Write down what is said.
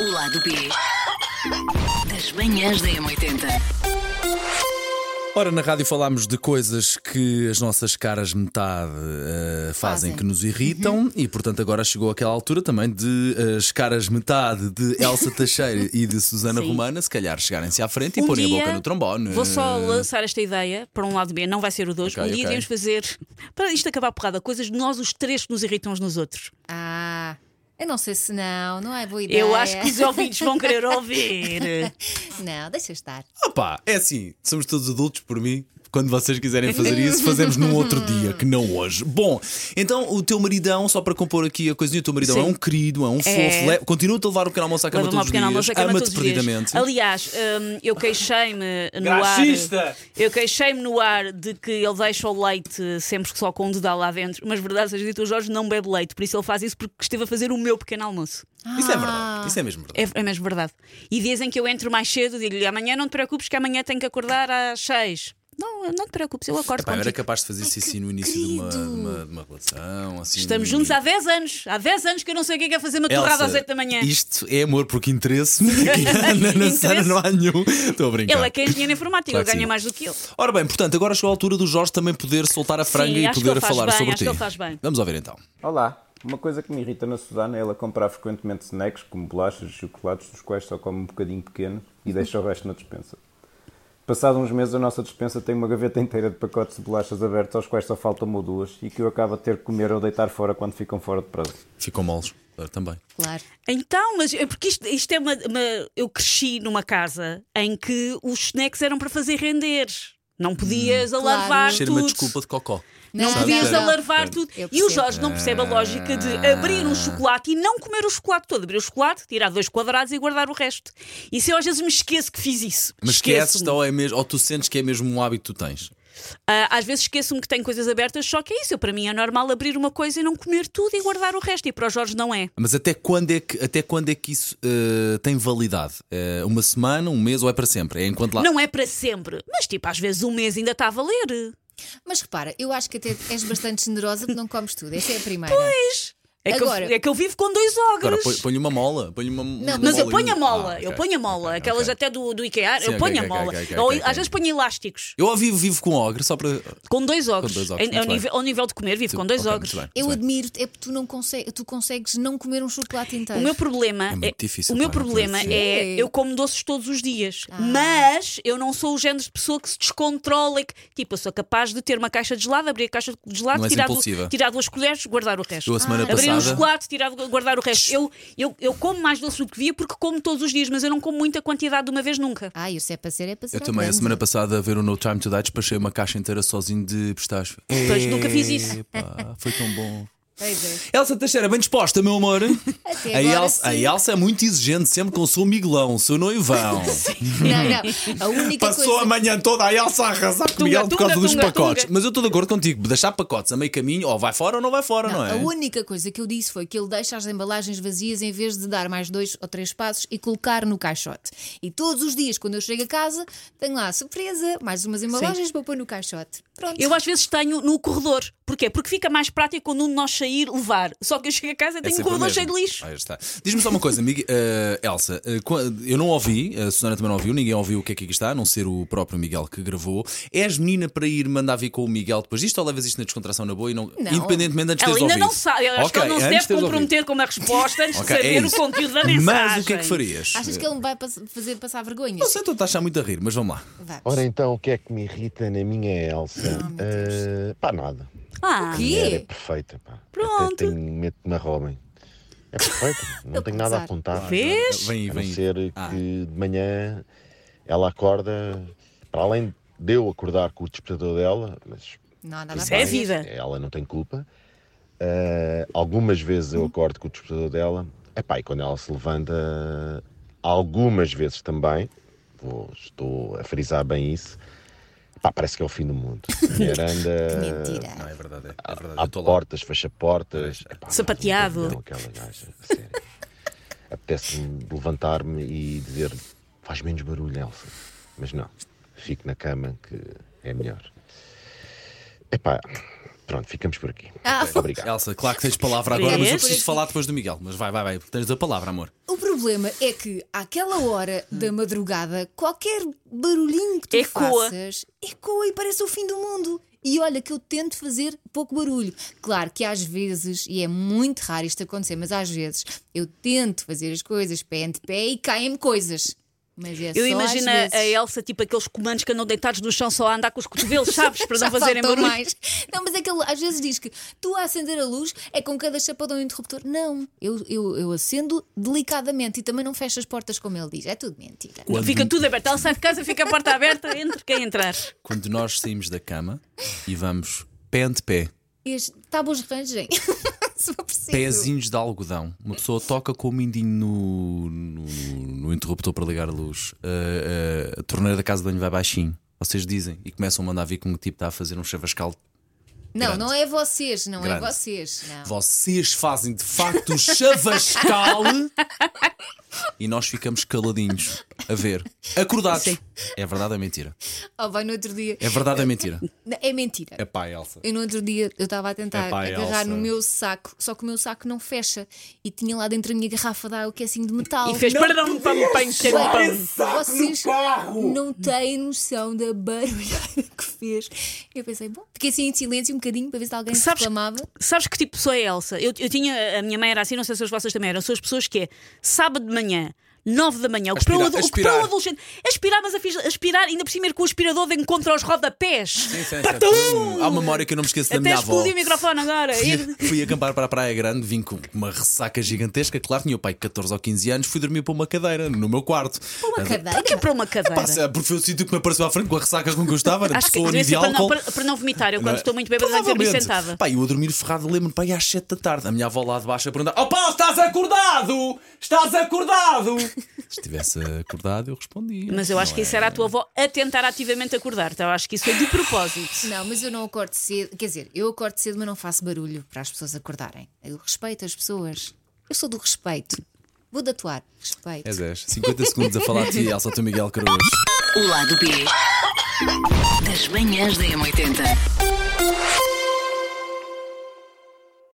O lado B das manhãs da M80. Ora, na rádio falámos de coisas que as nossas caras metade eh, fazem, Fazem. que nos irritam Uhum. e, portanto, agora chegou aquela altura também de eh, as caras metade de Elsa Teixeira e de Susana Romana, se calhar, chegarem-se à frente e Um porem Tipo a dia boca no trombone. Vou só lançar esta ideia para um lado B, não vai ser o 2. Ok, um dia ok. devemos fazer, para isto acabar a porrada, coisas de nós os três que nos irritam uns nos outros. Ah, eu não sei se não, não é boa ideia. Eu acho que os ouvintes vão querer ouvir. Não, deixa eu estar. Opa, é assim, somos todos adultos por mim. Quando vocês quiserem fazer isso, fazemos num outro dia, que não hoje. Bom, então o teu maridão, só para compor aqui a coisinha, o teu maridão Sim. é um querido, é um fofo, le- continua-te a levar o pequeno almoço à cama Leva-me ao todos os pequeno dias, almoço, acaba ama-te todos os dias. perdidamente. Aliás, hum, eu queixei-me no ar. Graxista! Eu queixei-me no ar de que ele deixa o leite sempre só com um dedal lá dentro, mas verdade seja dita, o Jorge não bebe leite, por isso ele faz isso porque esteve a fazer o meu pequeno almoço. Isso é verdade, isso é mesmo verdade. É, é mesmo verdade. E dizem que eu entro mais cedo, digo-lhe amanhã não te preocupes que amanhã tenho que acordar às 6. Não, não te preocupes, eu acordo Pá, eu era contigo. capaz de fazer isso assim no início de uma, de, uma, de uma relação. Assim, Estamos no juntos há início. 10 anos. Há 10 anos que eu não sei o que é que é fazer uma Elsa, torrada às 8 da manhã. Isto é amor porque interesse. na na Sara não há nenhum. Estou a brincar. Ele é que é engenheiro informático, Claro eu que ganho sim. mais do que ele. Ora bem, portanto, agora chegou a altura do Jorge também poder soltar a franga Sim, e acho que poder ele faz falar bem, sobre acho ti. que ele faz bem. Vamos ouvir então. Olá, uma coisa que me irrita na Susana é ela comprar frequentemente snacks como bolachas e chocolates, dos quais só come um bocadinho pequeno e deixa o resto na despensa. Passado uns meses, a nossa despensa tem uma gaveta inteira de pacotes de bolachas abertos, aos quais só falta uma ou duas, e que eu acabo a ter que comer ou deitar fora quando ficam fora de prazo. Ficou moles claro, também. Claro. Então, mas é porque isto, isto é uma, uma- Eu cresci numa casa em que os snacks eram para fazer render. Não podias alarvar Claro. Cheira Hum. uma tudo. desculpa de cocó. Não Não, podias não, não. alarvar Portanto, tudo. Eu E o percebo. Jorge não percebe a lógica de abrir um chocolate e não comer o chocolate todo. Abrir o chocolate, tirar dois quadrados e guardar o resto. E se eu às vezes me esqueço que fiz isso. Mas esqueces Esqueço-me. ou, é mesmo, ou tu sentes que é mesmo um hábito que tu tens? Ah, às vezes esqueço-me que tenho coisas abertas, só que é isso. Eu, Para mim é normal abrir uma coisa e não comer tudo e guardar o resto. E para o Jorge não é. Mas até quando é que, até quando é que isso eh, tem validade? Eh, uma semana, um mês ou é para sempre? É enquanto lá. Não é para sempre. Mas tipo, às vezes um mês ainda está a valer. Mas repara, eu acho que até és bastante generosa porque não comes tudo. Essa é a primeira. Pois. É que, Agora- eu, é que eu vivo com dois ogres. Agora põe- põe-lhe uma mola. Põe-lhe uma Não, Mas eu Mola ponho a mola, Ah, eu ok. ponho a mola, Ok, aquelas ok. até do, do IKEA, Sim, eu ok, ponho a ok, mola. ok, ok, Ou, ok, Às ok. vezes ponho elásticos, Eu ao vivo vivo com ogre, só para. com dois ogres. dois ogres, Em- ao, muito bem. nível, ao nível de comer, vivo com dois Ok, ogres. muito bem, Eu muito bem. admiro-te, é porque tu não consegues, tu consegues não comer um chocolate inteiro. O meu problema É muito difícil, o meu pá, não problema parece. é Sim. eu como doces todos os dias, mas eu não sou o género de pessoa que se descontrola, e que, tipo, eu sou capaz de ter uma caixa de gelado, abrir a caixa de gelado, Não és tirar, du- impulsiva. tirar duas colheres, guardar o resto. Eu a semana Abrir um passada. chocolate, tirar, guardar o resto. Eu, eu, eu como mais doces do que via porque como todos os dias, mas eu não como muita quantidade de uma vez nunca. Ai, isso é para ser, é para ser. Eu à também, a grande. semana passada, a ver o No Time to Die, despachei uma caixa inteira sozinho de pistácio. Pois, nunca fiz isso. Epá, foi tão bom. Pois é. Elsa Teixeira, bem disposta, meu amor. Até a, agora Elsa, a sim. Elsa é muito exigente, sempre com o seu miglão, o seu noivão. Não, não. A única Passou coisa. a manhã toda a Elsa a arrasar com o Tunga, Miguel por causa tunga, dos tunga, pacotes. tunga. Mas eu estou de acordo contigo, deixar pacotes a meio caminho, ou vai fora ou não vai fora, não, Não, é? A única coisa que eu disse foi que ele deixa as embalagens vazias em vez de dar mais dois ou três passos e colocar no caixote. E todos os dias, quando eu chego a casa, tenho lá surpresa, mais umas embalagens para pôr no caixote. Pronto. Eu às vezes tenho no corredor. Porquê? Porque fica mais prático quando um de nós sair levar. Só que eu chego a casa e É tenho um sempre o corredor mesmo. cheio de lixo. Aí está. Diz-me só uma coisa, Miguel- eh, Elsa. eh, qua- eu não ouvi, a Susana também não ouviu, ninguém ouviu o que é que aqui está, a não ser o próprio Miguel que gravou. És menina para ir mandar vir com o Miguel depois disto ou levas isto na descontração na boa e não. Não. Independentemente de antes Ela teres ainda ouvido? não sabe. Eu acho que Ok, ela não se antes deve teres comprometer com uma resposta antes ouvido. Ok, de saber é o isso. conteúdo da mensagem. Mas o que é que farias? Achas que ele me vai pas- fazer passar vergonha? Não sei, estou a achar muito a rir, mas vamos lá. Vamos. Ora então, o que é que me irrita na minha Elsa? Ah, meu Deus. Ah, pá, nada. Ah, Ela é Quê? perfeita, pá. Pronto. Até tenho medo que me roubem. É perfeita, não tenho nada a apontar. vês? Vem aí, A não vem aí. ser que de manhã ela acorda, para além de eu acordar com o despertador dela, mas Não, nada Isso a é fazer. vida. ela não tem culpa. Ah, algumas vezes eu acordo com o despertador dela. Epá, e quando ela se levanta, algumas vezes também, vou- estou a frisar bem isso, Epá, parece que é o fim do mundo. Mulher anda Mentira. Não, é verdade, é, é verdade. há Eu estou lá. portas, fecha portas. Epá, mas Sapateado. não, aquela gaja, a sério. Apetece-me levantar-me e dizer faz menos barulho, Elsa. Mas não, fico na cama que é melhor. Epá, pronto, ficamos por aqui. Ah, Obrigado. Elsa, claro que tens palavra agora, mas eu Vês? preciso falar depois do Miguel. Mas vai, vai, vai. Tens a palavra, amor. O problema problema é que àquela hora da madrugada, qualquer barulhinho que tu Ecoa. faças ecoa e parece o fim do mundo. E olha que eu tento fazer pouco barulho. Claro que às vezes, e é muito raro isto acontecer, mas às vezes eu tento fazer as coisas pé ante pé e caem-me coisas. Mas é só Eu às imagino a- a vezes. Elsa, tipo aqueles comandos que andam deitados no chão só a andar com os cotovelos, sabes? Para não Já fazerem faltou barulho. mais. Não, mas é que ele às vezes diz que tu a acender a luz é com cada chapadão e um interruptor. Não, eu, eu, eu acendo delicadamente e também não fecho as portas como ele diz. É tudo mentira. Quando, Fica tudo aberto. Ela sai de casa, fica a porta aberta, entre quem entrar. quando nós saímos da cama e vamos pé ante pé, Este tábuas rangem. Se for preciso. pezinhos de algodão, uma pessoa toca com o mindinho no, no, no interruptor para ligar a luz, Eh, a- a- a torneira da casa de banho vai baixinho. Vocês dizem e começam a mandar vir como o tipo está a fazer um chavascal. Não, Grande. não é vocês, não Grande. é vocês. Não. Vocês fazem de facto um chavascal e nós ficamos caladinhos a ver, acordados. É verdade ou é mentira? Oh, vai no outro dia. É verdade ou é mentira? Não, É mentira. É pá, Elsa. Eu no outro dia eu estava a tentar Epá, agarrar Elsa. no meu saco, só que o meu saco não fecha e tinha lá dentro a minha garrafa de água que é assim de metal. E fez para um não pam, pam, pam, pam. Vocês não têm noção da barulhada que fez. Eu pensei, bom, fiquei assim em silêncio um bocadinho para ver se alguém se Sabes- reclamava. Sabes que tipo de pessoa é a Elsa? Eu, eu tinha, a minha mãe era assim, não sei se as vossas também eram, são as pessoas que é sábado de manhã. 9 da manhã, o que, para, Aspirar, o, adu- o que para o aspirar. adolescente aspirar, mas a fiz- aspirar, ainda por cima ir com o aspirador de encontro aos rodapés. Sim, sim, Patum! sim. Há uma memória que eu não me esqueço da Até minha avó. explodi o microfone agora. Fui, fui acampar para a Praia Grande, vim com uma ressaca gigantesca. Claro, tinha o pai de 14 ou 15 anos, fui dormir para uma cadeira no meu quarto. Uma cadeira. Para que é para uma cadeira? Passa, porque foi o sítio que me apareceu à frente com é a ressaca com que eu estava, era Acho que pessoa devia de ser para não, álcool. para, para não vomitar. Eu, quando Não é? estou muito bêbada, devia me Provavelmente. sentava. Pá, eu a dormir ferrado, lembro-me, pai, às 7 da tarde. A minha avó lá de baixo a perguntar: Oh, Paulo, estás acordado? Estás acordado? Se estivesse acordado, eu respondia. Mas eu acho Não que é? isso era a tua avó a tentar ativamente acordar. Então eu acho que isso é de propósito. Não, mas eu não acordo cedo. Quer dizer, eu acordo cedo, mas não faço barulho para as pessoas acordarem. Eu respeito as pessoas. Eu sou do respeito. Vou de atuar. Respeito. És, és. 50 É segundos a falar de ti, Elsa, tu Miguel Cruz. O lado B das manhãs da M80.